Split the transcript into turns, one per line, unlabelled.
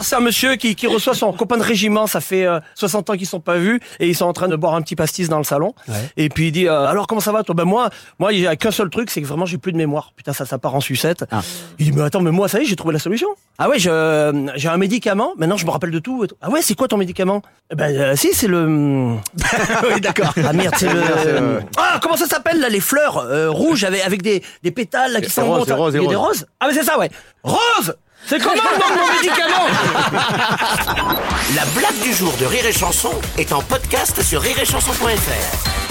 C'est un monsieur qui, qui reçoit son copain de régiment, ça fait euh, 60 ans qu'ils sont pas vus, et ils sont en train de boire un petit pastis dans le salon. Et puis il dit, euh, alors comment ça va toi Ben moi, moi il y a qu'un seul truc, c'est que vraiment j'ai plus de mémoire. Putain, ça, ça part en sucette. Il dit, mais attends, mais moi ça y est, j'ai trouvé la solution. Ah ouais, je, euh, j'ai un médicament, maintenant je me rappelle de tout. et tout. Ah ouais, c'est quoi ton médicament Eh Ben euh, si, c'est le... oui, d'accord. Ah merde, c'est le... Ah, comment ça s'appelle là, les fleurs euh, rouges avec, avec des, des pétales là, qui
rose,
s'envolent
c'est rose,
Il y a
c'est
des
rose.
roses Ah mais c'est ça, ouais. Rose c'est comment le nom de mon médicament
La blague du jour de Rire et Chanson est en podcast sur rireetchanson.fr.